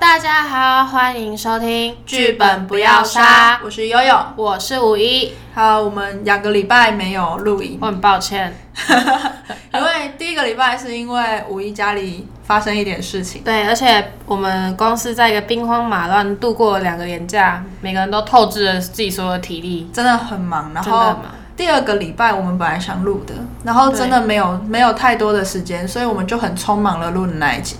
大家好，欢迎收听《剧本不要杀》，我是悠悠。我是五一，好，我们两个礼拜没有录 影，我很抱歉。因为第一个礼拜是因为五一家里发生一点事情，对，而且我们公司在一个兵荒马乱度过了两个年假，每个人都透支了自己所有的体力，真的很忙。然真的后吗？第二个礼拜我们本来想录的，然后真的没有没有太多的时间，所以我们就很匆忙的录的那一集。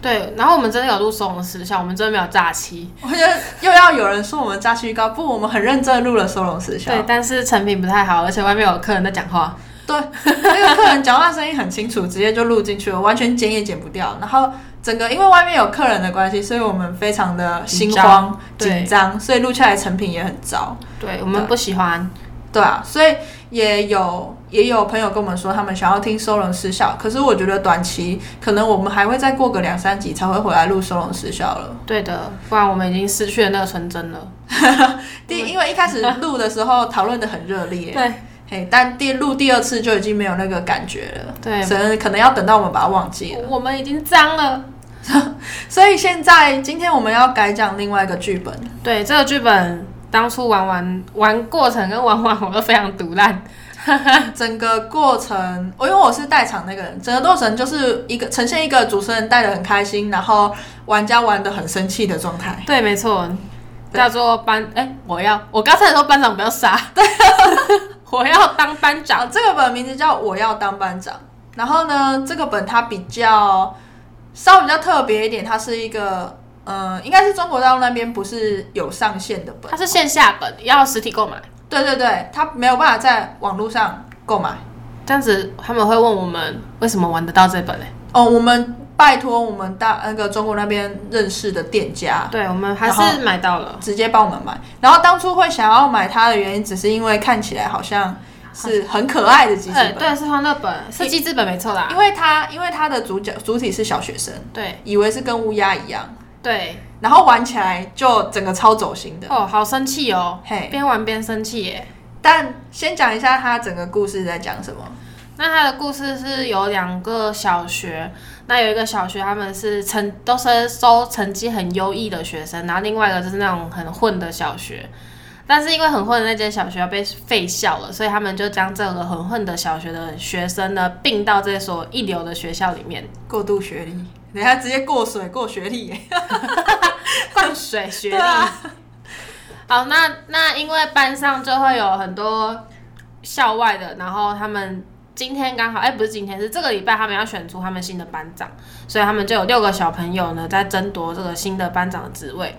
对，然后我们真的有录松的事项，我们真的没有诈欺。我觉得又要有人说我们诈欺预告，不，我们很认真地录了收容失效。对，但是啊成品不太好，而且外面有客人在讲话。对，那个客人讲话声音很清楚，直接就录进去了，完全剪也剪不掉。然后整个因为外面有客人的关系，所以我们非常的心慌紧张紧张，所以录下来成品也很糟。对，我们不喜欢。对啊，所以也有也有朋友跟我们说，他们想要听收容失效，可是我觉得短期可能我们还会再过个两三集才会回来录收容失效了。对的，不然我们已经失去了那个纯真了。第因为一开始录的时候讨论的很热烈，对嘿，但第录第二次就已经没有那个感觉了，对，所以可能要等到我们把它忘记了。我们已经脏了。所以现在今天我们要改讲另外一个剧本， 对这个剧本，当初玩完玩过程跟玩完我都非常毒烂。整个过程，我因为我是代场那个人，整个过程就是一个呈现一个主持人带的很开心，然后玩家玩的很生气的状态。对，没错，对叫做班。哎、我要，我刚才说班长不要杀， 我要当班长。啊，这个本名字叫我要当班长，然后呢，这个本它比较稍微比较特别一点，它是一个。呃，应该是中国大陆那边不是有上线的本，它是线下本，要实体购买，对对对，它没有办法在网络上购买。这样子他们会问我们为什么玩得到这本嘞、哦，我们拜托我们大那个中国那边认识的店家，对我们还然是买到了，直接帮我们买。然后当初会想要买它的原因，只是因为看起来好像是很可爱的机制对本，呃对，啊是欢乐本，是机制本没错啦因。为它因为它的主角主体是小学生，对以为是跟乌鸦一样，对，然后玩起来就整个超走心的。哦，好生气哦，嘿，边玩边生气耶。但先讲一下它整个故事在讲什么。那他的故事是有两个小学，那有一个小学他们是成都是收成绩很优异的学生，然后另外一个就是那种很混的小学。但是因为很混的那间小学要被废校了，所以他们就将这个很混的小学的学生呢并到这所一流的学校里面，过度学历，等一下直接过水过学历耶， 灌水学历。对啊好，那那因为班上就会有很多校外的，然后他们今天刚好，哎、不是今天，是这个礼拜他们要选出他们新的班长，所以他们就有六个小朋友呢在争夺这个新的班长的职位。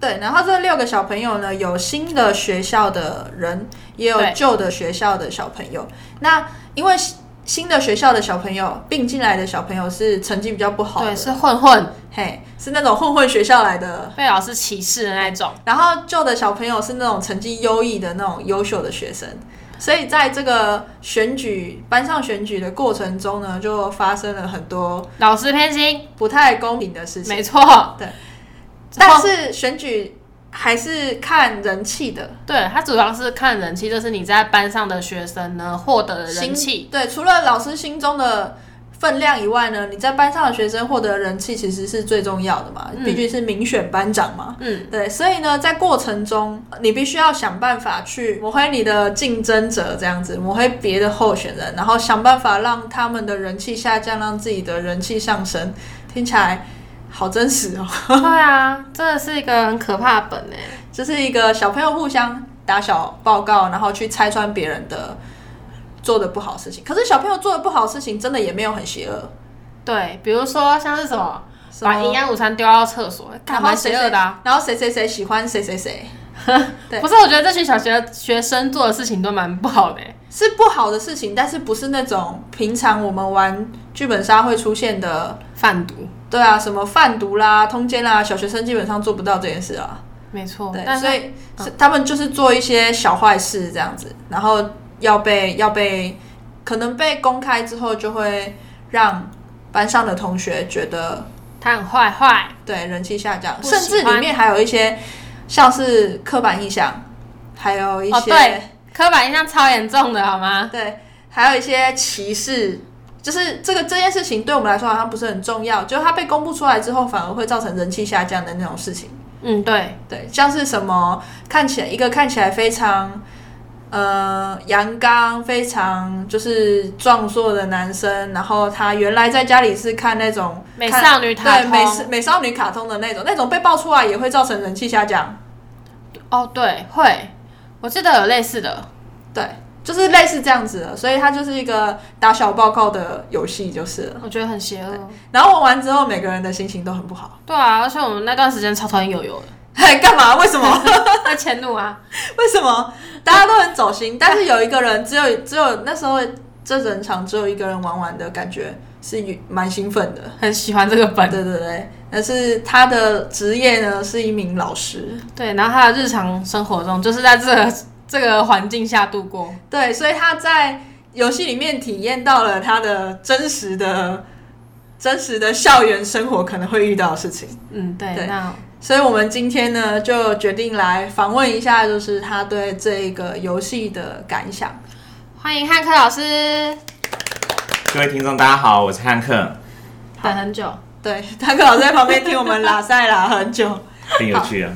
对，然后这六个小朋友呢，有新的学校的人，也有对旧的学校的小朋友。那因为新新的学校的小朋友并进来的小朋友是成绩比较不 好对，的，是混混，嘿，是那种混混学校来的。被老师歧视的那种。然后旧的小朋友是那种成绩优异的那种优秀的学生。所以在这个选举班上选举的过程中呢，就发生了很多老师偏心，不太公平的事情。没错。对，但但是是选举还是看人气的，对他主要是看人气，就是你在班上的学生呢获得的人心气。对，除了老师心中的分量以外呢，你在班上的学生获得的人气其实是最重要的嘛，嗯毕竟是民选班长嘛。嗯，对，所以呢，在过程中，你必须要想办法去抹黑你的竞争者，这样子抹黑别的候选人，然后想办法让他们的人气下降，让自己的人气上升。听起来好真实哦，对啊，真的是一个很可怕的本哎、这是一个小朋友互相打小报告，然后去拆穿别人的做的不好的事情。可是小朋友做的不好的事情，真的也没有很邪恶，对，比如说像是什么，什么把营养午餐丢到厕所，干然蛮后谁邪恶的、啊。谁，然后谁谁谁喜欢谁谁谁，对不是，我觉得这群小学学生做的事情都蛮不好的欸、是不好的事情，但是不是那种平常我们玩剧本杀会出现的，贩毒，对啊，什么贩毒啦、通奸啦，小学生基本上做不到这件事啊。没错。对，但所是嗯以、是他们就是做一些小坏事这样子，然后要被要被可能被公开之后，就会让班上的同学觉得他很坏坏，对人气下降，不喜甚欢至里面还有一些像是刻板印象，还有一些、哦对刻板印象超严重的好吗？对，还有一些歧视就是这个这件事情对我们来说好像不是很重要，就是它被公布出来之后，反而会造成人气下降的那种事情。嗯，对，对，像是什么看起来一个看起来非常呃阳刚、非常就是壮硕的男生，然后他原来在家里是看那种美看少女塔对美通，美少女卡通的那种，那种被爆出来也会造成人气下降。哦，对，会，我记得有类似的，对，就是类似这样子的，所以它就是一个打小报告的游戏，就是了。我觉得很邪恶。然后玩完之后，每个人的心情都很 不好。对啊，而且我们那段时间超讨厌友 友的，嘿，干嘛？为什么？在迁怒啊，为什么大家都很走心，但是有一个人只有只有那时候这整场只有一个人玩完的感觉是蛮兴奋的。很喜欢这个本。对对对，但是他的职业呢是一名老师，对，然后他的日常生活中就是在这个这个环境下度过。对，所以他在游戏里面体验到了他的真实的真实的校园生活可能会遇到的事情。嗯，对，对那所以我们今天呢就决定来访问一下，就是他对这个游戏的感想。欢迎汉克老师，各位听众，大家好，我是汉克，等很久。对，他可老师在旁边听我们拉塞拉很久。很有趣啊。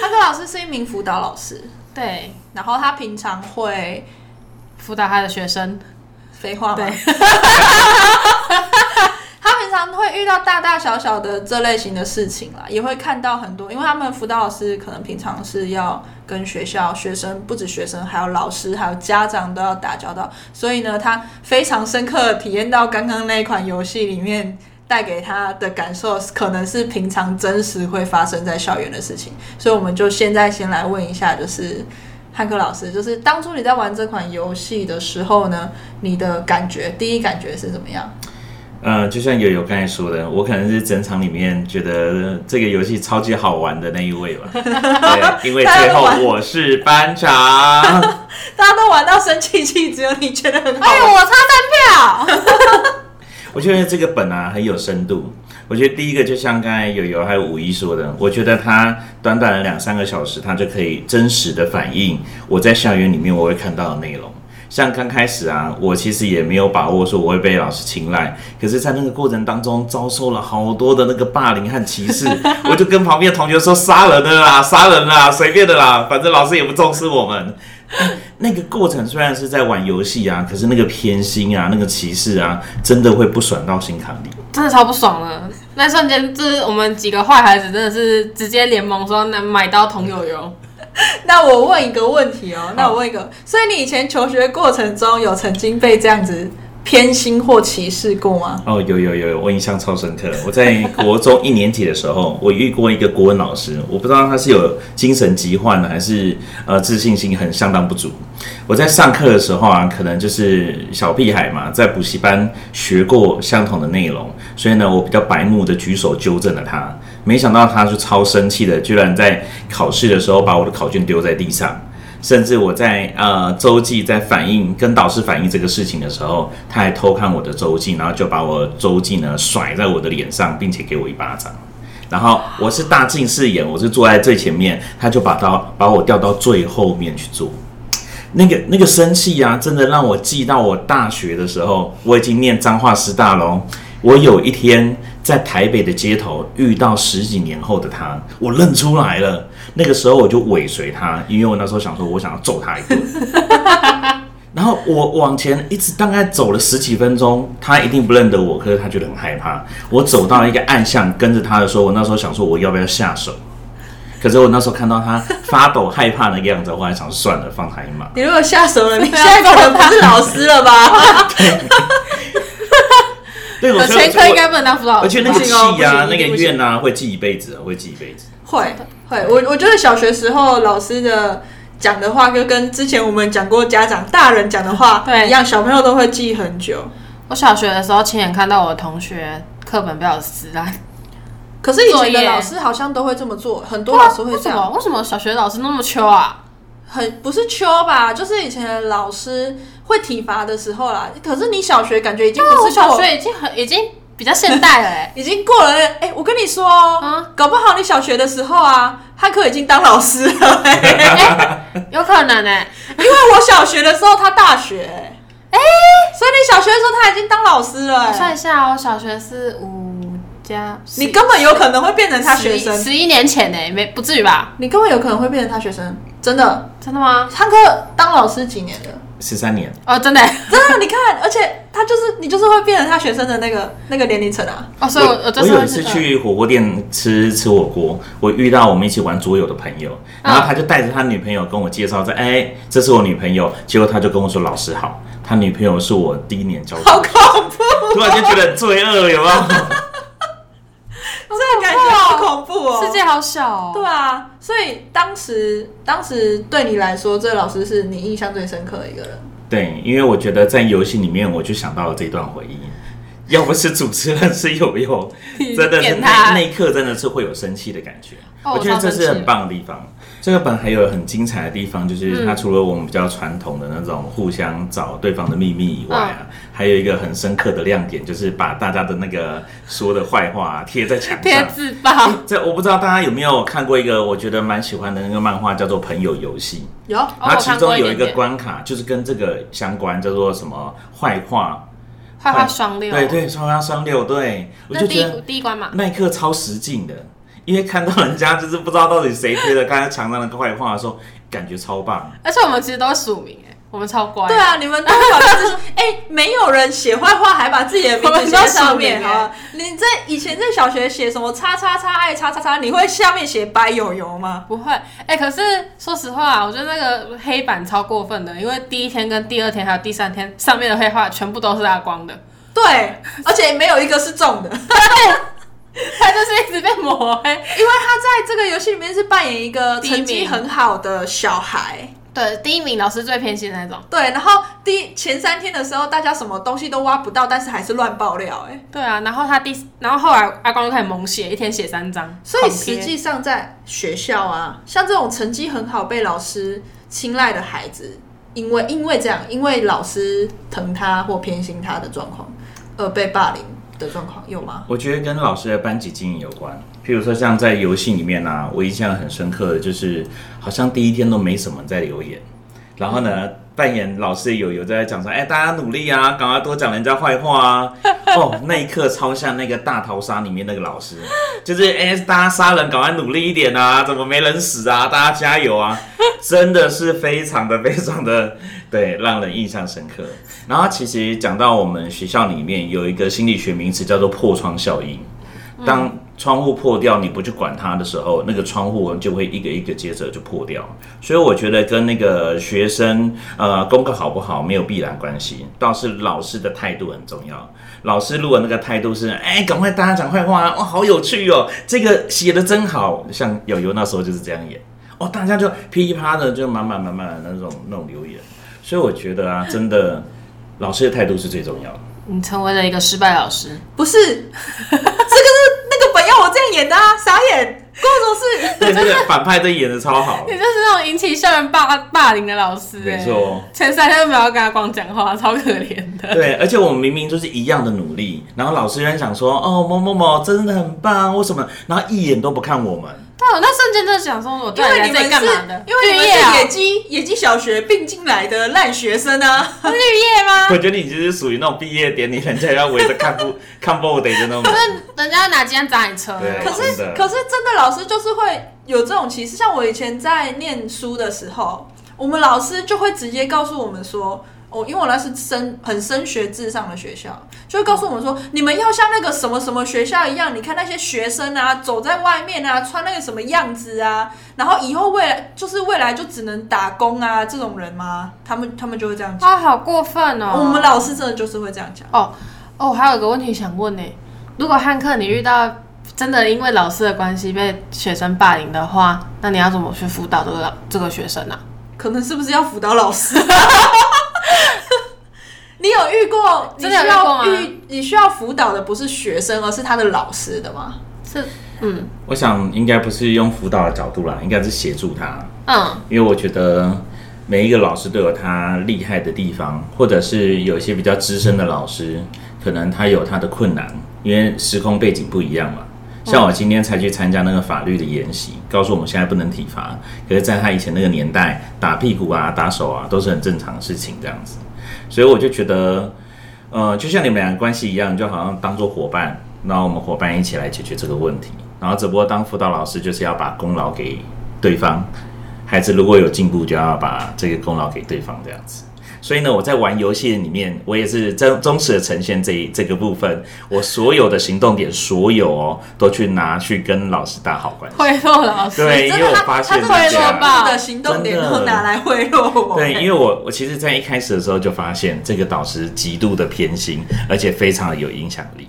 他克老师是一名辅导老师，对，然后他平常会辅导他的学生。废话吗？对， 他平常会遇到大大小小的这类型的事情啦，也会看到很多，因为他们辅导老师可能平常是要跟学校、学生，不止学生，还有老师，还有家长都要打交道，所以呢，他非常深刻的体验到刚刚那一款游戏里面。带给他的感受可能是平常真实会发生在校园的事情，所以我们就现在先来问一下，就是汉克老师，就是当初你在玩这款游戏的时候呢，你的感觉，第一感觉是怎么样？呃，就像友友刚才说的，我可能是整场里面觉得这个游戏超级好玩的那一位吧。对，因为最后我是班长。 大家都玩到生气气，只有你觉得很好哎呦，玩。我差三票。我觉得这个本啊很有深度。我觉得第一个就像刚才友友还有五一说的，我觉得他短短的两三个小时，他就可以真实的反映我在校园里面我会看到的内容。像刚开始啊，我其实也没有把握说我会被老师青睐，可是，在那个过程当中，遭受了好多的那个霸凌和歧视，我就跟旁边的同学说杀人的啦，杀人啦，随便的啦，反正老师也不重视我们。那个过程虽然是在玩游戏啊，可是那个偏心啊，那个歧视啊，真的会不爽到心坎里。真的超不爽了。那瞬间，就是我们几个坏孩子，真的是直接联盟说能买到童友友。那我问一个问题哦，那我问一个，所以你以前求学过程中有曾经被这样子偏心或歧视过吗？哦，有有有有，我印象超深刻。我在国中一年级的时候，我遇过一个国文老师，我不知道他是有精神疾患呢，还是呃自信心很相当不足。我在上课的时候啊，可能就是小屁孩嘛，在补习班学过相同的内容，所以呢，我比较白目的举手纠正了他。没想到他就超生气的，居然在考试的时候把我的考卷丢在地上。甚至我在呃周记在反映跟导师反映这个事情的时候，他还偷看我的周记，然后就把我周记呢甩在我的脸上，并且给我一巴掌。然后我是大近视眼，我是坐在最前面，他就把到把我调到最后面去坐。那个那个生气啊，真的让我记到我大学的时候，我已经念彰化师大喽。我有一天在台北的街头遇到十几年后的他，我认出来了。那个时候我就尾随他，因为我那时候想说，我想要揍他一顿。 然后我往前一直大概走了十几分钟，他一定不认得我，可是他觉得很害怕。我走到一个暗巷，跟着他的时候，我那时候想说，我要不要下手？可是我那时候看到他发抖、害怕那个样子，我还想说算了，放他一马。你如果下手了，你对啊下一个人不是老师了吧？对，我有觉前科应该得，不能当辅导而老且师那吧。个不气行哦不啊，行那个不行怨啊，会记一辈子，会记一辈子。 会会，我我觉得小学时候老师的。讲的话就跟之前我们讲过家长大人讲的话对一样，小朋友都会记很久。我小学的时候亲眼看到我的同学课本被老师撕烂，可是以作前的业老师好像都会这么做，很多老师会啊为这什样。么？为什么小学老师那么秋啊？很不是秋吧，就是以前的老师会体罚的时候啦。可是你小学感觉已经那不我是过哦小，学已经很已经比较现代了 哎、已经过了那。哎、我跟你说哦、啊搞不好你小学的时候啊，汉克已经当老师了、欸 有可能哎、因为我小学的时候他大学、哎、所以你小学的时候他已经当老师了、我哎算一下哦，小学是五加，你根本有可能会变成他学生，十一年前呢，没不至于吧？你根本有可能会变成他学生，真的。真的吗？汉克当老师几年了？十三年，哦，真的耶真的，你看，而且他就是你就是会变成他学生的那个那个年龄层啊。哦，所以我我就我是有会一次，去火锅店吃吃火锅，我遇到我们一起玩桌游的朋友，然后他就带着他女朋友跟我介绍说：“哎、这是我女朋友。”结果他就跟我说：“老师好，他女朋友是我第一年教的。 好恐怖，”哦突然就觉得很罪恶，有没有？这个感觉好恐怖哦。世界好小哦。对啊，所以当时当时对你来说，这个老师是你印象最深刻的一个人。 对，因为我觉得在游戏里面，我就想到了这段回忆。要不是主持人是有用，真的是点那他那一刻真的是会有生气的感觉。哦我觉得超这生是气很棒的地方。这个本还有很精彩的地方，嗯就是它除了我们比较传统的那种互相找对方的秘密以外啊，嗯还有一个很深刻的亮点，就是把大家的那个说的坏话啊贴在墙 贴上。自爆，这我不知道大家有没有看过一个我觉得蛮喜欢的那个漫画，叫做《朋友游戏》。有，哦然后其我看过中有一一点个点关卡，就是跟这个相关，叫做什么坏话，坏话双六，对，对，双八双六，对我那就第觉一得第一关嘛，那一刻超实劲的，因为看到人家就是不知道到底谁贴的刚才墙上的坏话的时候，感觉超棒。而且我们其实都会署名哎，我们超乖，对，啊，你们都好像是 哎、没有人写坏话，还把自己的名字写在上面我们都署名哎啊。你在以前在小学写什么叉叉叉爱叉叉叉，你会下面写白友友吗？不会哎，可是说实话，啊我觉得那个黑板超过分的，因为第一天跟第二天还有第三天上面的黑话全部都是阿光的， 对，而且没有一个是中的，他就是一直被抹黑。因为他在这个游戏里面是扮演一个第一名成绩很好的小孩。对，第一名老师最偏心的那种。对，然后第一前三天的时候，大家什么东西都挖不到，但是还是乱爆料、哎，对啊，然后他第，然后后来阿光就开始猛写，一天写三张，所以狂贴实际上在学校啊，像这种成绩很好、被老师青睐的孩子，因为因为这样，因为老师疼他或偏心他的状况，而被霸凌的状况有吗？我觉得跟老师的班级经营有关。譬如说，像在游戏里面啊，我印象很深刻的就是，好像第一天都没什么人在留言，然后呢，扮演老师的友友在讲说：“哎、大家努力啊，赶快多讲人家坏话啊！” 哦，那一刻超像那个大逃杀里面那个老师，就是哎、大家杀人赶快努力一点啊，怎么没人死啊？大家加油啊！真的是非常的非常的 对，让人印象深刻。然后其实讲到我们学校里面有一个心理学名词叫做破窗效应，当窗户破掉你不去管它的时候，那个窗户就会一个一个接着就破掉。所以我觉得跟那个学生呃功课好不好没有必然关系，倒是老师的态度很重要。老师如果那个态度是哎赶快大家讲坏话啊，哇好有趣哦，这个写的真好，像友友那时候就是这样演。哦，大家就噼里啪啦的就满满满满的那种那种留言，所以我觉得啊，真的老师的态度是最重要的。你成为了一个失败老师。不是，这个是那个本要我这样演的啊，傻眼，关我什么事？对，这个反派都演的超好你，就是那种引起校园霸霸凌的老师、欸，没错。前三天都没有跟他光讲 话，超可怜的。对，而且我们明明就是一样的努力，然后老师在想说，哦，某某某真的很棒，为什么？然后一眼都不看我们，但我那瞬间就想说，我因到底为来你这们里是干嘛的？，因为你们绿叶是啊野鸡野鸡小学并进来的烂学生 啊。是绿叶吗？ 我觉得你就是属于那种毕业典礼人家要围着看不看 b o 的那种。人家要拿鸡蛋砸你车，对可是真的可是真的老师就是会有这种歧视，像我以前在念书的时候，我们老师就会直接告诉我们说。哦，因为我那是升很升学至上的学校，就会告诉我们说，你们要像那个什么什么学校一样，你看那些学生啊，走在外面啊，穿那个什么样子啊，然后以后未来就是未来就只能打工啊，这种人吗？他们他们就会这样讲。啊，好过分哦！我们老师真的就是会这样讲。哦哦，还有个问题想问呢，如果汉克你遇到真的因为老师的关系被学生霸凌的话，那你要怎么去辅导这个老这个学生啊？可能是不是要辅导老师？ 你有遇过你真需的有遇过吗要遇你需要辅导的不是学生，而是他的老师的吗？是，嗯我想应该不是用辅导的角度啦，应该是协助他。嗯，因为我觉得每一个老师都有他厉害的地方，或者是有一些比较资深的老师，可能他有他的困难，因为时空背景不一样嘛。像我今天才去参加那个法律的研习，告诉我们现在不能体罚，可是在他以前那个年代，打屁股啊、打手啊都是很正常的事情，这样子。所以我就觉得，呃，就像你们俩的关系一样，就好像当做伙伴，然后我们伙伴一起来解决这个问题。然后只不过当辅导老师，就是要把功劳给对方，孩子如果有进步，就要把这个功劳给对方这样子。所以呢，我在玩游戏里面，我也是真忠实的呈现这一这个部分，我所有的行动点，所有哦，都去拿去跟老师打好关 系。贿赂老师，对，因真为我的，发他他现这贿是这样赂吧的行动点真的都拿来贿赂我。对，因为我我其实，在一开始的时候就发现这个导师极度的偏心，而且非常的有影响力。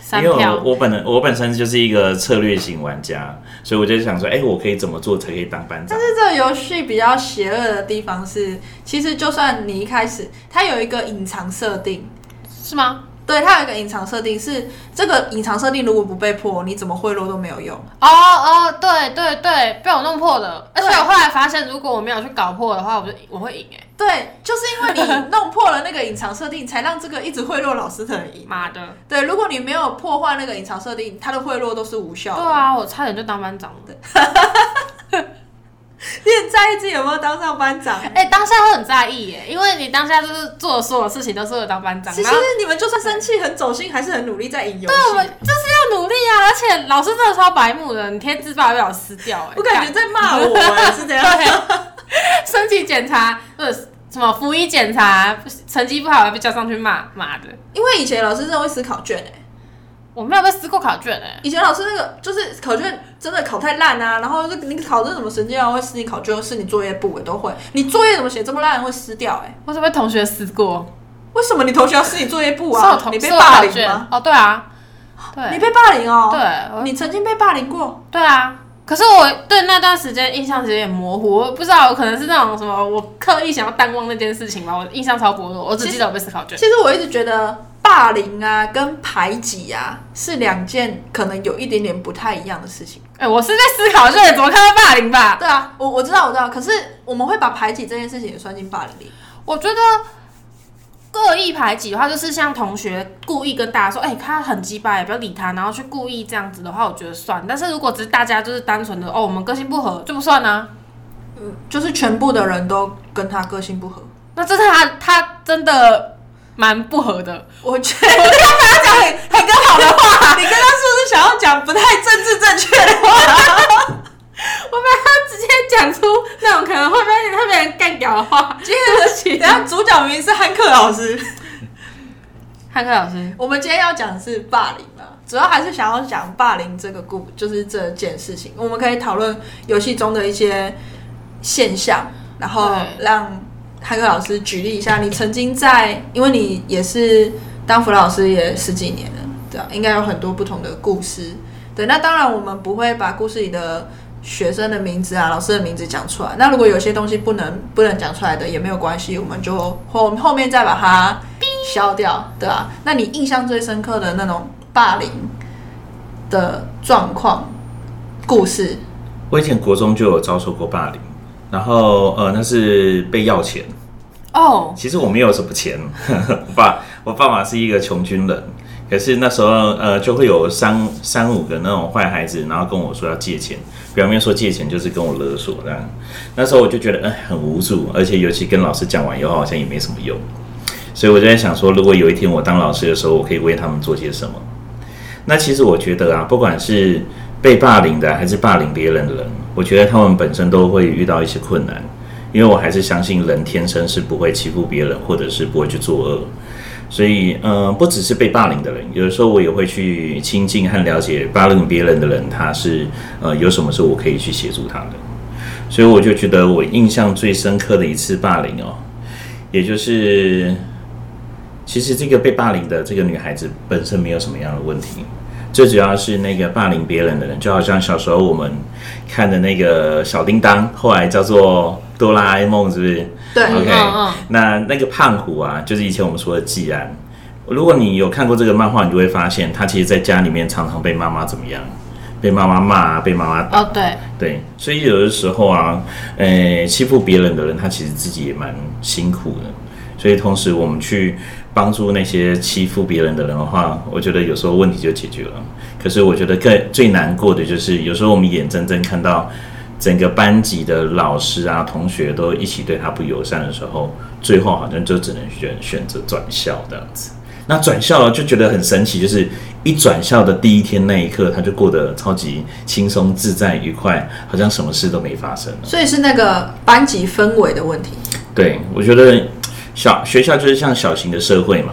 三因为票我。我本人我本身就是一个策略型玩家，所以我就想说，哎、我可以怎么做才可以当班长？但是这个游戏比较邪恶的地方是，其实就算你一开始，它有一个隐藏设定，是吗？对，它有一个隐藏设定是这个隐藏设定如果不被破，你怎么贿赂都没有用。哦哦，对对对，被我弄破的。而且对我后来发现，如果我没有去搞破的话，我就我会赢哎、对，就是因为你弄破了那个隐藏设定，才让这个一直贿赂老师的人赢。妈的！对，如果你没有破坏那个隐藏设定，他的贿赂都是无效对的。，啊，我差点就当班长了。你很在意自己有没有当上班长。哎、当下会很在意耶，因为你当下就是做的所有事情都是为了当班长，其实然后你们就算生气很走心，还是很努力在赢游戏。我们就是要努力啊！而且老师真的超白目的，你贴字把被老师撕掉哎、我感觉在骂我、欸，是 这样。对，身体检查不是什么服医检查，成绩不好还被叫上去骂，妈的！因为以前老师真的会撕考卷诶、我没有被撕过考卷哎、以前老师那个就是考卷真的考太烂啊，然后就你考这什么神经啊，会撕你考卷，会撕你作业簿，也都会。你作业怎么写这么烂，会撕掉诶、欸我是被同学撕过，为什么你同学要撕你作业簿是我啊？同你被是我霸考凌卷吗？哦，对啊，你对被霸凌哦、对，我你曾经被霸凌过？对啊，可是我对那段时间印象其实有点模糊，我不知道，我可能是那种什么，我刻意想要淡忘那件事情吧，我印象超薄弱，我只记得我被思考卷其。实我一直觉得霸凌啊跟排挤啊是两件可能有一点点不太一样的事情。哎、我是被思考卷，怎么看到霸凌吧？对啊，我我知道我知道，可是我们会把排挤这件事情也算进霸凌里。我觉得恶意排挤的话，就是像同学故意跟大家说，哎、他很鸡巴，也不要理他，然后去故意这样子的话，我觉得算。但是如果只是大家就是单纯的哦，我们个性不合，就不算啊。嗯，就是全部的人都跟他个性不合。那这是他他真的蛮不合的。我觉得你干嘛要讲很很更好的话？你刚刚是不是想要讲不太政治正确的话？我把他直接讲出那种可能会被会被人干掉的话。 今天的起，等一下主角明明是汉克老师，汉克老师，我们今天要讲的是霸凌嘛，主要还是想要讲霸凌这个故，就是这件事情，我们可以讨论游戏中的一些现象，然后对让汉克老师举例一下，你曾经在，因为你也是当辅导老师也十几年了，对啊，应该有很多不同的故事，对，那当然我们不会把故事里的。学生的名字啊，老师的名字讲出来。那如果有些东西不能不能讲出来的也没有关系，我们就后后面再把它消掉，对啊？那你印象最深刻的那种霸凌的状况故事，我以前国中就有遭受过霸凌，然后呃，那是被要钱。哦，其实我没有什么钱， 我爸我爸爸是一个穷军人，可是那时候呃就会有三三五个那种坏孩子，然后跟我说要借钱，表面说借钱就是跟我勒索这样。那时候我就觉得哎、很无助，而且尤其跟老师讲完以后好像也没什么用，所以我就在想说，如果有一天我当老师的时候，我可以为他们做些什么。那其实我觉得啊，不管是被霸凌的还是霸凌别人的人，我觉得他们本身都会遇到一些困难。因为我还是相信人天生是不会欺负别人，或者是不会去作恶。所以，嗯、不只是被霸凌的人，有的时候我也会去亲近和了解霸凌别人的人，他是呃有什么是我可以去协助他的。所以我就觉得我印象最深刻的一次霸凌哦，也就是其实这个被霸凌的这个女孩子本身没有什么样的问题，最主要是那个霸凌别人的人，就好像小时候我们看的那个小叮当，后来叫做哆啦 A 梦，是不是？对 OK，、嗯嗯那那个胖虎啊，就是以前我们说的季安。如果你有看过这个漫画，你就会发现他其实在家里面常常被妈妈怎么样，被妈妈骂啊，被妈妈打。哦对，对，所以有的时候啊，呃，欺负别人的人，他其实自己也蛮辛苦的。所以同时，我们去帮助那些欺负别人的人的话，我觉得有时候问题就解决了。可是我觉得更最难过的就是，有时候我们眼睁睁看到整个班级的老师啊、同学都一起对他不友善的时候，最后好像就只能选选择转校这样子。那转校了就觉得很神奇，就是一转校的第一天那一刻，他就过得超级轻松、自在、愉快，好像什么事都没发生。所以是那个班级氛围的问题。对，我觉得小学校就是像小型的社会嘛。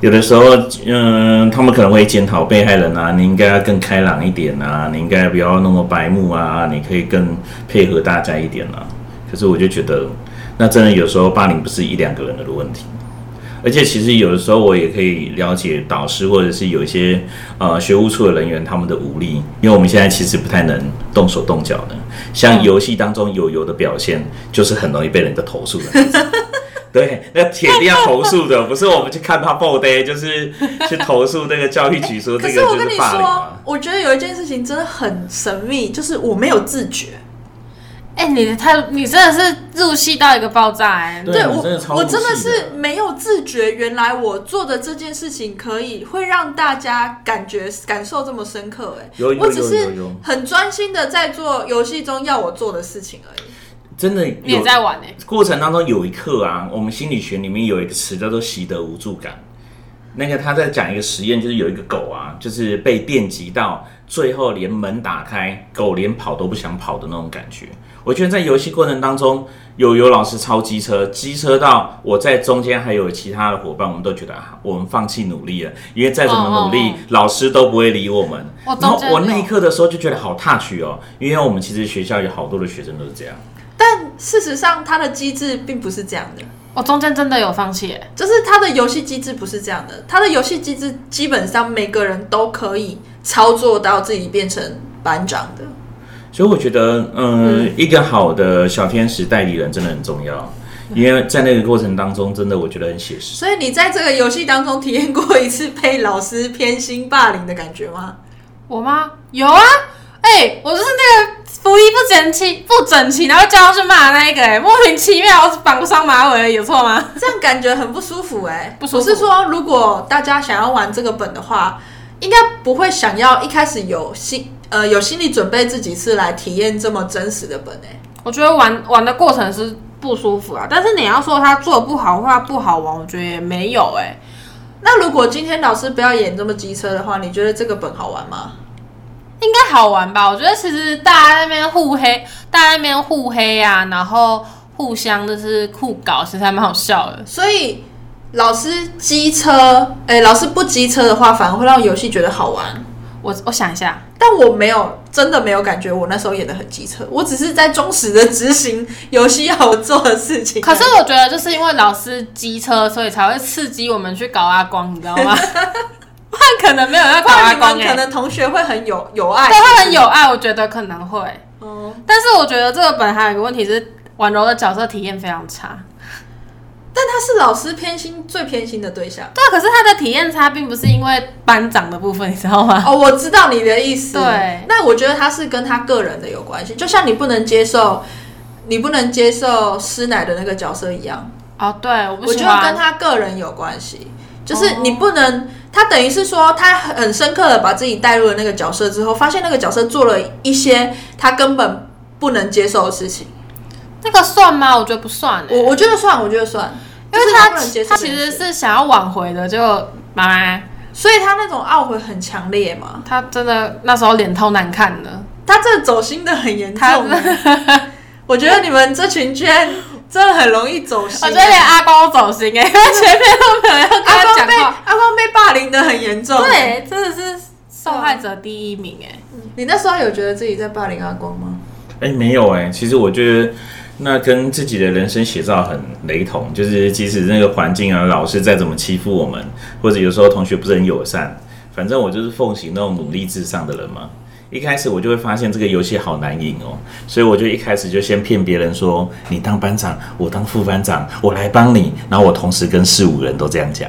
有的时候，嗯，他们可能会检讨被害人啊，你应该要更开朗一点啊，你应该不要那么白目啊，你可以更配合大家一点啊。可是我就觉得，那真的有时候霸凌不是一两个人的问题，而且其实有的时候我也可以了解导师或者是有一些呃学务处的人员他们的无力，因为我们现在其实不太能动手动脚的，像游戏当中友友的表现就是很容易被人家投诉的。 对，那铁定要投诉的，不是我们去看他爆呆，就是去投诉那个教育局说这可个是我就跟是你霸凌说啊。，我觉得有一件事情真的很神秘，就是我没有自觉。哎、你的态度，你真的是入戏到一个爆炸哎、对我你真的超我入戏真的是的没有自觉，原来我做的这件事情可以会让大家感觉感受这么深刻、欸，有有我只有有是有很专心的在做游戏中要我做的事情而已。真的你也有在玩哎、过程当中有一刻啊，我们心理学里面有一个词叫做习得无助感。那个他在讲一个实验，就是有一个狗啊，就是被电击到最后连门打开，狗连跑都不想跑的那种感觉。我觉得在游戏过程当中，有有老师超机车，机车到我在中间还有其他的伙伴，我们都觉得啊，我们放弃努力了，因为再怎么努力，哦哦哦老师都不会理我们。我然中后间我那一有刻的时候就觉得好踏取哦，因为我们其实学校有好多的学生都是这样。事实上，它的机制并不是这样的，我中间真的有放弃哎、就是它的游戏机制不是这样的。它的游戏机制基本上每个人都可以操作到自己变成班长的。所以我觉得，嗯，一个好的小天使代理人真的很重要，因为在那个过程当中，真的我觉得很写实。所以你在这个游戏当中体验过一次被老师偏心霸凌的感觉吗？我吗？有啊，哎、我就是那个服衣不整齐、不整齐，然后叫他去骂的那一个、哎，莫名其妙我绑个双马尾而已，有错吗？这样感觉很不舒服哎、不舒服我是说，如果大家想要玩这个本的话，应该不会想要一开始有心呃有心理准备自己是来体验这么真实的本哎、我觉得玩玩的过程是不舒服啊，但是你要说他做得不好或他不好玩，我觉得也没有哎、那如果今天老师不要演这么机车的话，你觉得这个本好玩吗？应该好玩吧？我觉得其实大家在那边互黑，大家在那边互黑啊，然后互相就是互搞，其实还蛮好笑的。所以老师机车，哎、老师不机车的话，反而会让游戏觉得好玩。我我想一下，但我没有真的没有感觉，我那时候演的很机车，我只是在忠实的执行游戏要我做的事情。可是我觉得就是因为老师机车，所以才会刺激我们去搞阿光，你知道 吗？不然可能没有人要不搞阿然你光、们可欸，能同学会很有有爱，对啊他们有爱，我觉得可能会。哦。但是我觉得这个本还有一个问题是，婉柔的角色体验非常差。但他是老师偏心最偏心的对象。对啊，可是他的体验差并不是因为班长的部分，你知道吗？ 哦，我知道你的意思。对那我觉得他是跟他个人的有关系，就像你不能接受，你不能接受师奶的那个角色一样。哦，对，我不我喜觉得欢。跟哦他个人有关系，就是你不能，他等于是说他很深刻的把自己带入了那个角色之后，发现那个角色做了一些他根本不能接受的事情。那个算吗？我觉得不算、欸，我我觉得算，我觉得算，因为就是他不能接受他这其件实事，是想要挽回的，就妈妈所以他那种懊悔很强烈嘛，他真的那时候脸超难看的。他这走心的很严他重。我觉得你们这群圈真的很容易走心。 我觉得连阿光都走心哎、因为前面都没有要跟阿他光讲被话。阿光被霸凌的很严重。，对，真的是受害者第一名哎、你那时候有觉得自己在霸凌阿 光吗？哎、没有哎、其实我觉得那跟自己的人生写照很雷同，就是即使那个环境啊，老师再怎么欺负我们，或者有时候同学不是很友善，反正我就是奉行那种努力至上的人嘛。一开始我就会发现这个游戏好难赢哦，所以我就一开始就先骗别人说你当班长，我当副班长，我来帮你。然后我同时跟四五人都这样讲，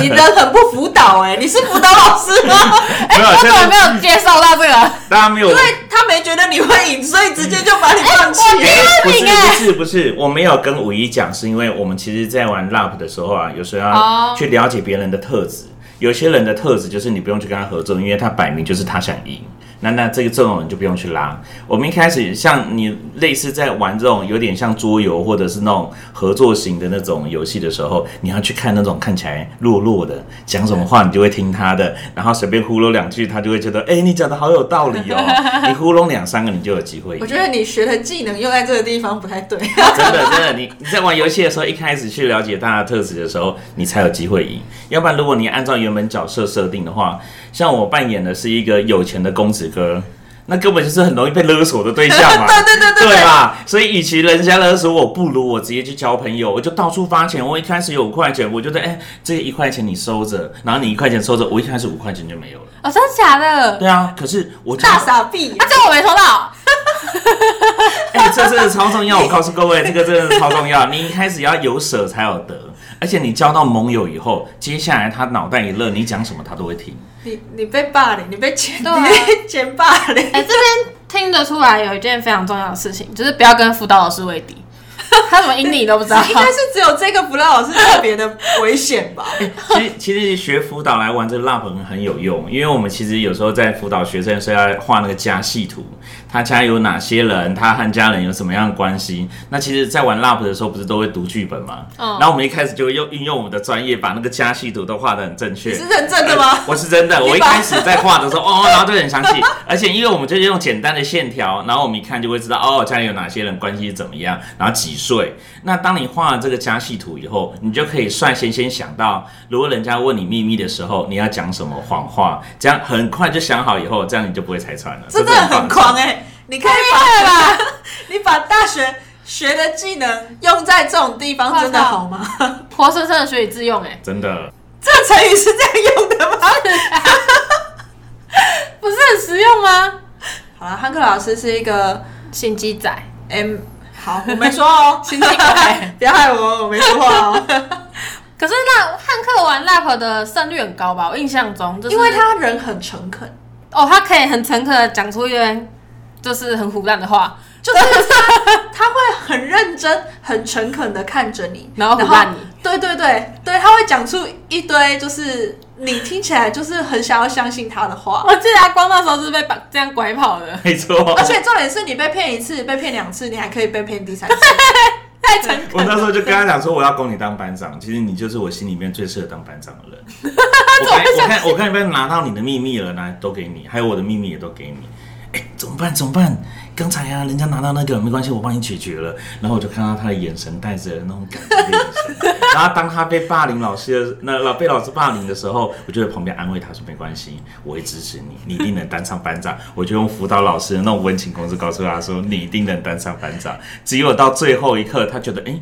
你人很不辅导哎、你是辅导老师吗？ 哎没有哎我这怎么样没有接受到这个？大家没有因为他没觉得你会赢，所以直接就把你放弃了。不是命欸不是不是，我没有跟五一讲，是因为我们其实在玩 LAP 的时候啊，有时候哦要去了解别人的特质。有些人的特质就是你不用去跟他合作，因为他摆明就是他想赢，那那这个这种人就不用去拉。我们一开始像你类似在玩这种有点像桌游或者是那种合作型的那种游戏的时候，你要去看那种看起来弱弱的，讲什么话你就会听他的，然后随便糊弄两句，他就会觉得哎、你讲的好有道理哦。你糊弄两三个，你就有机会赢我。觉得你学的技能用在这个地方不 太对。真的，真的，你你在玩游戏的时候，一开始去了解大家的特质的时候，你才有机会赢。要不然，如果你按照原本角色设定的话，像我扮演的是一个有钱的公子哥，那根本就是很容易被勒索的对象 嘛。对对对对对吧？所以，与其人家勒索我，不如我直接去交朋友，我就到处发钱。我一开始有五块钱，我觉得哎、这一块钱你收着，然后你一块钱收着，我一开始五块钱就没有了。哦，真的假的？对啊，可是我大傻逼啊，！这我没收到。 哎、这真的超重要！我告诉各位，这个真的是超重要。你一开始要有舍才有得，而且你交到盟友以后，接下来他脑袋一热，你讲什么他都会听。你你被霸凌，你被剪，对啊你被剪霸凌。 哎、这边听得出来有一件非常重要的事情，就是不要跟辅导老师为 敌，他怎么赢你都不知道。应该是只有这个不让老师特别的危险吧？哎其实，其实学辅导来玩这蜡盆很有用，因为我们其实有时候在辅导学生的时候要画那个家系图，他家有哪些人，他和家人有什么样的关系。那其实，在玩蜡盆的时候，不是都会读剧本吗？嗯哦然后我们一开始就用运用我们的专业，把那个家系图都画得很正确。你是认真的吗？我是真的，把我一开始在画的时候，哦，然后就很详细，而且因为我们就是用简单的线条，然后我们一看就会知道，哦，家里有哪些人关系怎么样，然后几岁。那当你画了这个家系图以后，你就可以率先先想到，如果人家问你秘密的时候，你要讲什么谎话，这样很快就想好以后，这样你就不会拆穿了。真的这很棒狂哎、你可以把 你把大学学的技能用在这种地方，真的好 吗？活生生的学以致用、哎，真的。这个成语是这样用的吗？ 不是很实用吗？ 好了，汉克老师是一个心机仔， M，好，我没说 哦，心机仔。不要害我，我没说话哦，可是那汉克玩 lap 的胜率很高吧？我印象中，就是、 因为他人很诚恳，哦，他可以很诚恳的讲出一堆就是很胡乱的话，就是 他他会很认真、很诚恳的看着你，然后胡乱你。对对对对，他会讲出一堆就是你听起来就是很想要相信他的话，我记得他光那时候是被把这样拐跑的，没错 而，且重点是你被骗一次、被骗两次，你还可以被骗第 三次。太诚恳。我那时候就跟他讲说，我要供你当班长，其实你就是我心里面最适合当班长的人。我看我看我看你被拿到你的秘密了，拿都给你，还有我的秘密也都给你。哎、怎么办？怎么办？刚才啊，人家拿到那个没关系，我帮你解决了。然后我就看到他的眼神带着那种感激的眼神。然后当他被霸凌老师的那老被老师霸凌的时候，我就在旁边安慰他说：“没关系，我会支持你，你一定能当上班长。”我就用辅导老师的那种温情公式告诉他说：“你一定能当上班长。”只有到最后一刻，他觉得哎。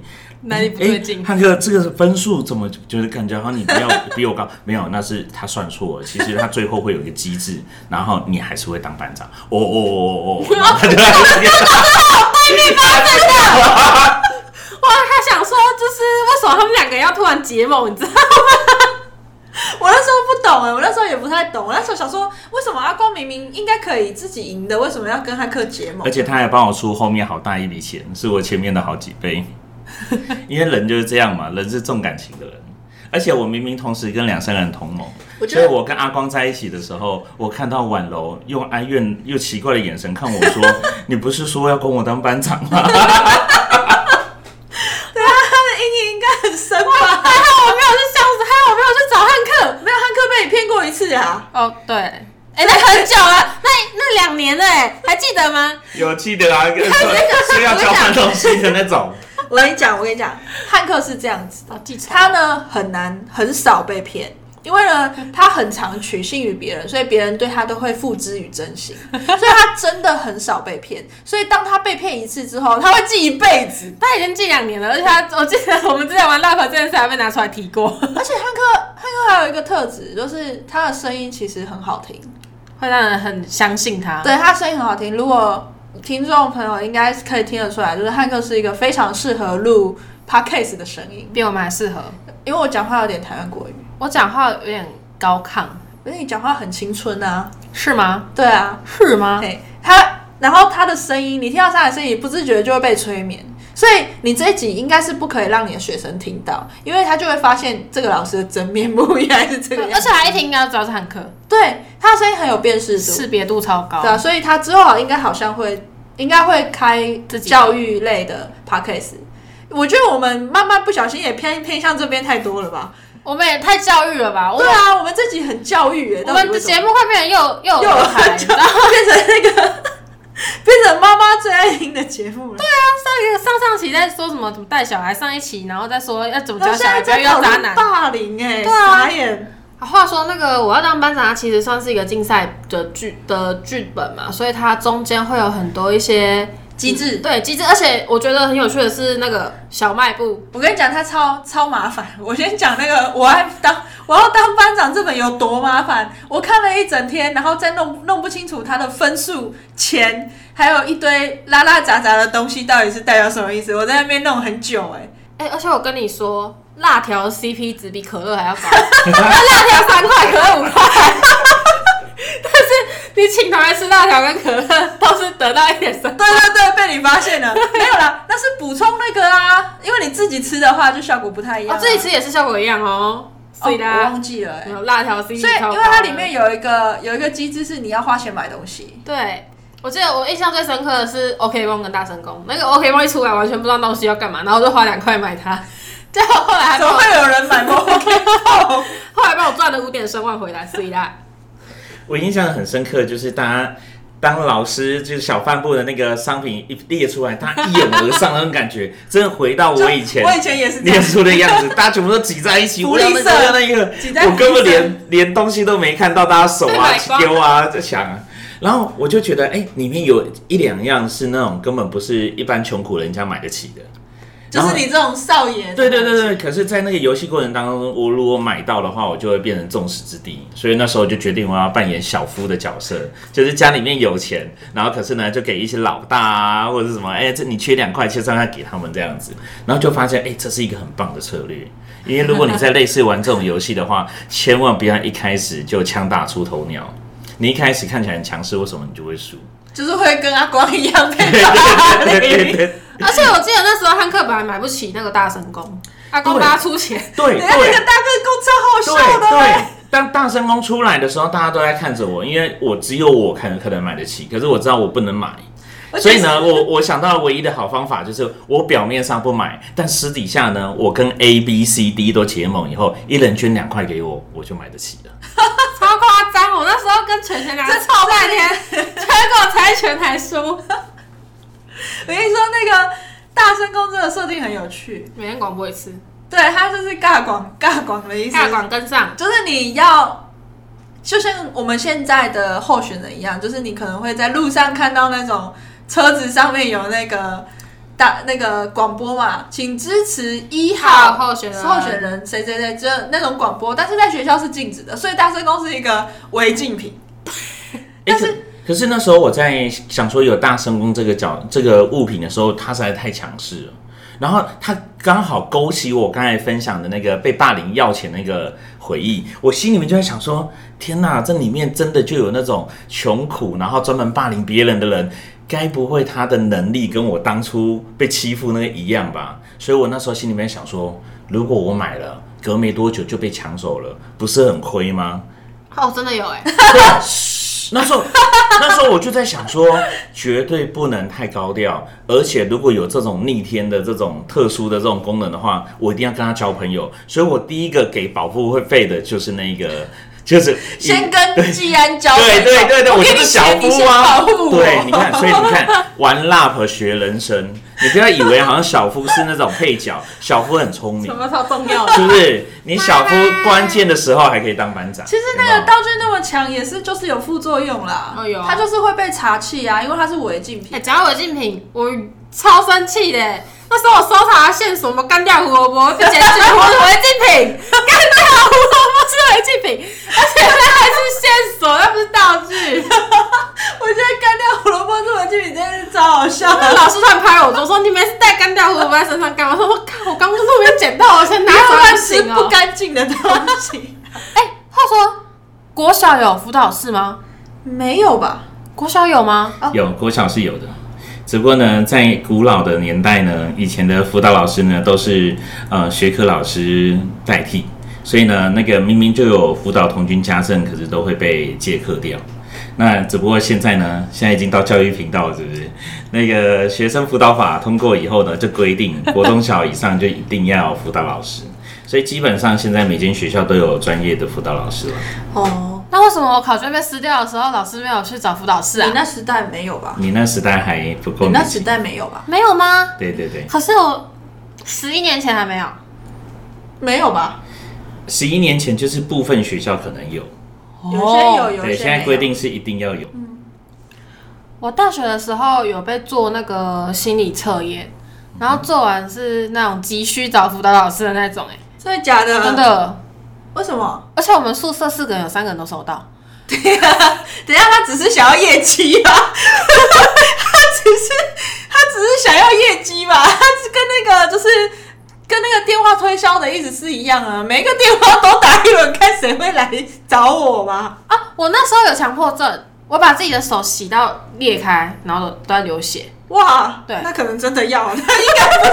哪里不对劲诶汉克，这个分数怎么觉得感觉好像你比较 比我高？没有，那是他算错了。其实他最后会有一个机制，然后你还是会当班长。哦哦哦哦哦，然后 他就哇，他想说就是为什么他们两个要突然结盟，你知道吗？我那时候不懂哎、我那时候也不太懂。我那时候想说，为什么阿光明明应该可以自己赢的，为什么要跟汉克结盟哎而？且他还帮我出后面好大一笔钱，是我前面的好几倍。 因为人就是这样嘛，人是重感情的人。而且我明明同时跟两三人同盟，我觉所以得我跟阿光在一起的时候，我看到婉柔用哀怨又奇怪的眼神看我说：“ 你不是说要跟我当班长吗？”啊他的阴影应该很深吧？还好我没有去笑死，还好我没有去找汉克。没有，汉克被你骗过一次 啊！哦，对，哎、那很久了， 那那两年了，哎，还记得吗？ 有记得啊，跟 说要交换东西的那种。我跟你讲，我跟你讲，汉克是这样子的，哦，记错。他呢很难很少被骗。因为 呢，他很常取信于别人，所以别人对他都会付之于真心，所以他真的很少被骗。所以当他被骗一次之后，他会记一辈子。他已经记两年了，而且他，我记得我们之前玩 lap 这件事还被拿出来提过，而且汉克汉克还有一个特质，就是他的声音其实很好听，会让人很相信他。对他声音很好听。如果听众朋友应该可以听得出来，就是汉克是一个非常适合录 podcast 的声音，比我们还适合。因为我讲话有点台湾国语，我讲话有点高亢，而且你讲话很青春啊，是吗？对啊，是吗？对他，然后他的声音，你听到他的声音，不自觉就会被催眠。所以你这一集应该是不可以让你的学生听到，因为他就会发现这个老师的真面目原来是这个样而子。且他一听应该知道是汉克，对，他的声音很有辨识度，识别度超高对。啊，所以他之后应该好像会，应该会开自己的教育类的 podcast。我觉得我们慢慢不小心也偏偏向这边太多了吧？我们也太教育了吧！我对啊，我们这集很教育耶，哦我到底们的为什么节目快变成幼幼又儿台，很你教知道吗？ 变成那个变成妈妈最爱听的节目了。对啊，上上上期在说什么怎么带小孩，上一期然后再说要怎么然教后小现在孩不要在遇讨到渣论男。霸凌哎，对啊傻眼。啊话说那个我要当班长，它其实算是一个竞赛的剧的剧本嘛，所以它中间会有很多一些嗯机制对机制，而且我觉得很有趣的是那个小卖部，我跟你讲，他超超麻烦。我先讲那个，我要当我要当班长这本有多麻烦。我看了一整天，然后再弄弄不清楚他的分数、钱，还有一堆拉拉杂杂的东西到底是代表什么意思。我在那边弄很久、欸，哎、而且我跟你说，辣条 CP 值比可乐还要高， 辣条三块，可乐五块。但是你请同学吃辣条跟可乐，都是得到一点生。对对对，被你发现 了，没有啦，那是补充那个啊，因为你自己吃的话就效果不太一我、样、哦、啊自己吃，也是效果一样哦，哦、所以我啦，忘记了、欸，有辣条 CP，所以超因为高它的里面有一个有一个机制是你要花钱买东西，对，我记得我印象最深刻的是 OK 梦跟大神功，那个 OK 梦一出来完全不知道东西要干嘛，然后就花两块买它， 结果后来还怎帮么我会有人买 Moco？后来帮我赚了五点声望回来，所以啦，我印象很深刻，就是大家当老师就是小贩部的那个商品一列出来，大家一涌而上那种感 觉，真的回到 我以前我以前也是这念样。书的样子，大家全部都挤在一起，福我利要那个社我要那个挤在，我根福本利社连连东西都没看到，大家手被啊 买光丢啊在抢啊。然后我就觉得，哎、里面有一两样是那种根本不是一般穷苦人家买得起的，就是你这种少爷。对对对对，可是，在那个游戏过程当中，我如果买到的话，我就会变成众矢之的。所以那时候我就决定我要扮演小夫的角色，就是家里面有钱，然后可是呢，就给一些老大啊，或者是什么，哎、这你缺两块，切三块给他们这样子，然后就发现，哎、这是一个很棒的策略。因为如果你在类似玩这种游戏的话，千万不要一开始就枪打出头鸟。你一开始看起来很强势，为什么你就会输？ 就是会跟阿光一样被对霸对对凌。对 而且我记得那时候汉克本来买不起那个大神功，阿公帮他出钱， 对等一下那对个。大哥够超好笑对的欸。对，当大声公出来的时候，大家都在看着我，因为我只有我可能可能买得起，可是我知道我不能买。而且所以是呢，我我想到唯一的好方法就是，我表面上不买，但私底下呢，我跟 A、B、C、D 都结盟以后，一人捐两块给我，我就买得起了。 超夸张！我那时候跟全全两个这吵半天，结果猜拳还输。我跟你说，那个大声公这个设定很有趣。每天广播一次，对，它就是尬广尬广的意思。大广跟上，就是你要，就像我们现在的候选人一样，就是你可能会在路上看到那种车子上面有那个大那个广播嘛，请支持一好号候选人，候选人谁谁谁，这那种广播，但是在学校是禁止的，所以大哦声公是一个违嗯禁品。但是诶可可是那时候我在想说有大声公这个角这个物品的时候，它实在太强势了。然后它刚好勾起我刚才分享的那个被霸凌要钱那个回忆，我心里面就在想说：天哪，这里面真的就有那种穷苦，然后专门霸凌别人的人，该不会他的能力跟我当初被欺负那个一样吧？所以我那时候心里面想说，如果我买了，隔没多久就被抢走了，不是很亏吗？哦，真的有 哎、 那时候，那时候我就在想说，绝对不能太高调，而且如果有这种逆天的这种特殊的这种功能的话，我一定要跟他交朋友。所以我第一个给保护会费的就是那个，就是先跟季安交朋友对对对对，我我给就你是小钱，你夫先啊保护我。。 对，你看，所以你看，玩 rap 学人生，你不要以为好像小夫是那种配角，小夫很聪明什，么超重要的？是不是？你小夫关键的时候还可以当班长。其实那有没个有道具那么强，也是就是有副作用啦。哦有它就是会被查气啊，因为它是违禁哎、品。讲到违禁品，我超生气的。那时候我搜查线索，什么干掉胡萝 卜是检举我是违禁品，干掉胡萝卜是违禁品，而且它还是线索，那不是道 具。我觉得干掉胡萝卜这么剧，你真的是超好笑那的。老师突然拍我桌说：“你每次带干掉胡萝卜在身上干嘛？”我说：“我靠，我刚刚路边捡到，我先拿不走 不要乱吃行不哦。干净的东西，”哎、话说国小有辅导室吗？没有吧？国小有吗？有国小是有的，只不过呢，在古老的年代呢，以前的辅导老师呢都是呃学科老师代替，所以呢，那个明明就有辅导童军家政，可是都会被借课掉。那只不过现在呢，现在已经到教育频道了，是不是？那个学生辅导法通过以后呢，就 规定国中小以上就一定要辅导老师，所以基本上现在每间学校都有专业的辅导老师了。哦，那为什么我考卷被撕掉的时候，老师没有去找辅导室你啊？那时代没有吧？你那时代还不你够年轻，那时代没有吧？没有吗？对对对，可是我十一年前还没有。没有吧？十一年前就是部分学校可能有，有些有，有对，些现在没规有嗯定是一定要有。我大学的时候有被做那个心理测验，然后做完是那种急需找辅导老师的那种、欸，真的假的？真？的。为什么？ 而且我们宿舍四个人有三个人都收到，等一下，他只是想要业绩啊吧？他只是他只是想要业绩吧？他是跟那个就是跟那个电话推销的意思是一样啊，每一个电话都打一轮，看谁会来找我吧。啊，我那时候有强迫症，我把自己的手洗到裂开，然后都都在流血。哇，对那可能真的要，那应该不是，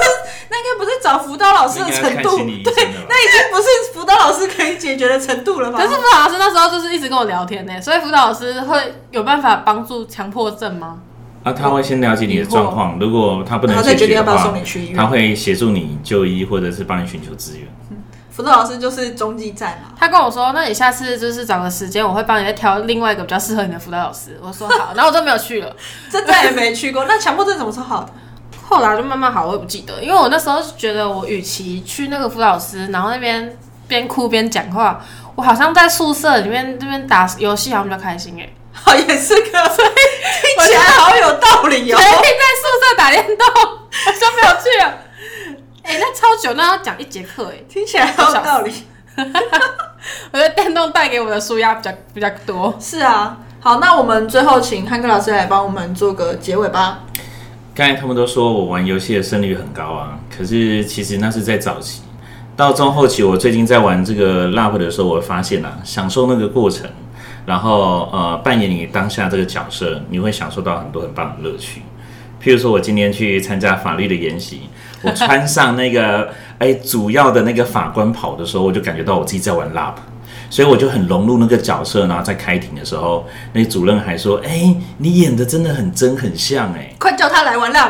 那应该不是找辅导老师的程度，应该看心理医生的吧对，那已经不是辅导老师可以解决的程度了吧？可是辅导老师那时候就是一直跟我聊天呢、所以辅导老师会有办法帮助强迫症吗？啊，他会先了解你的状况，如果他不嗯能然后再解决定决要的不要话送，你去医他院。会协助你就医，或者是帮你寻求资源。辅导老师就是中继站啊嘛，他跟我说，那你下次就是找个时间，我会帮你再挑另外一个比较适合你的辅导老师。我说好， 然后我就没有去了。这再也没去过。那强迫症怎么说好的？ 后来就慢慢好，我也不记得，因为我那时候是觉得，我与其去那个辅导师，然后那边边哭边讲话，我好像在宿舍里面这边打游戏好像比较开心哎、好，也是个，听起来好有道理哦可。以在 宿舍打电动， 我就没有去了。哎、那超久，那要讲一节课哎，听起来好有道理。我觉得电动带给我的舒压比较比较多。是啊，好，那我们最后请汉克老师来帮我们做个结尾吧。刚才他们都说我玩游戏的胜率很高啊，可是其实那是在早期，到中后期，我最近在玩这个 Love 的时候，我发现啊，享受那个过程，然后呃，扮演你当下这个角色，你会享受到很多很棒的乐趣。譬如说，我今天去参加法律的研习，我穿上那个 哎主要的那个法官袍的时候，我就感觉到我自己在玩 Love。所以我就很融入那个角色，然后在开庭的时候，那主任还说：“哎、你演的真的很真，很像哎、快叫他来玩 lap！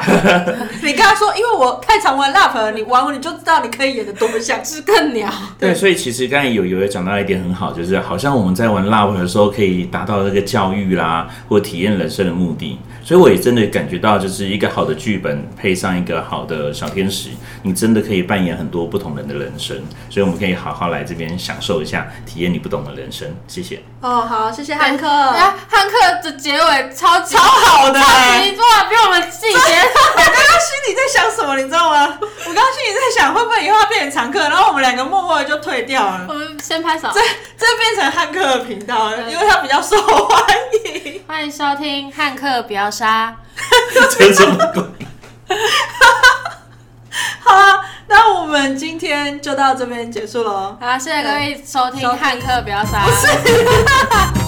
你跟他说，因为我太常玩 lap 了，你玩我你就知道你可以演的多么像。是更鸟，对，所以其实刚才有有人讲到一点很好，就是好像我们在玩 Love 的时候，可以达到那个教育啦，或体验人生的目的。所以我也真的感觉到，就是一个好的剧本配上一个好的小天使，你真的可以扮演很多不同人的人生。所以我们可以好好来这边享受一下，体验你不懂的人生。谢谢。哦，好，谢谢汉克。对啊，汉克的结尾超级超好的欸、级做比我们细节我刚刚心里在想什么，你知道吗？我刚刚心里在想，会不会以后他变成常客，然后我们两个默默的就退掉了我。们先拍手，这变成汉克的频道了，因为他比较受欢迎。欢迎收听汉克不要杀。这什么鬼？好啦，那我们今天就到这边结束喽。好，谢谢各位收听收《听汉克不要杀》。是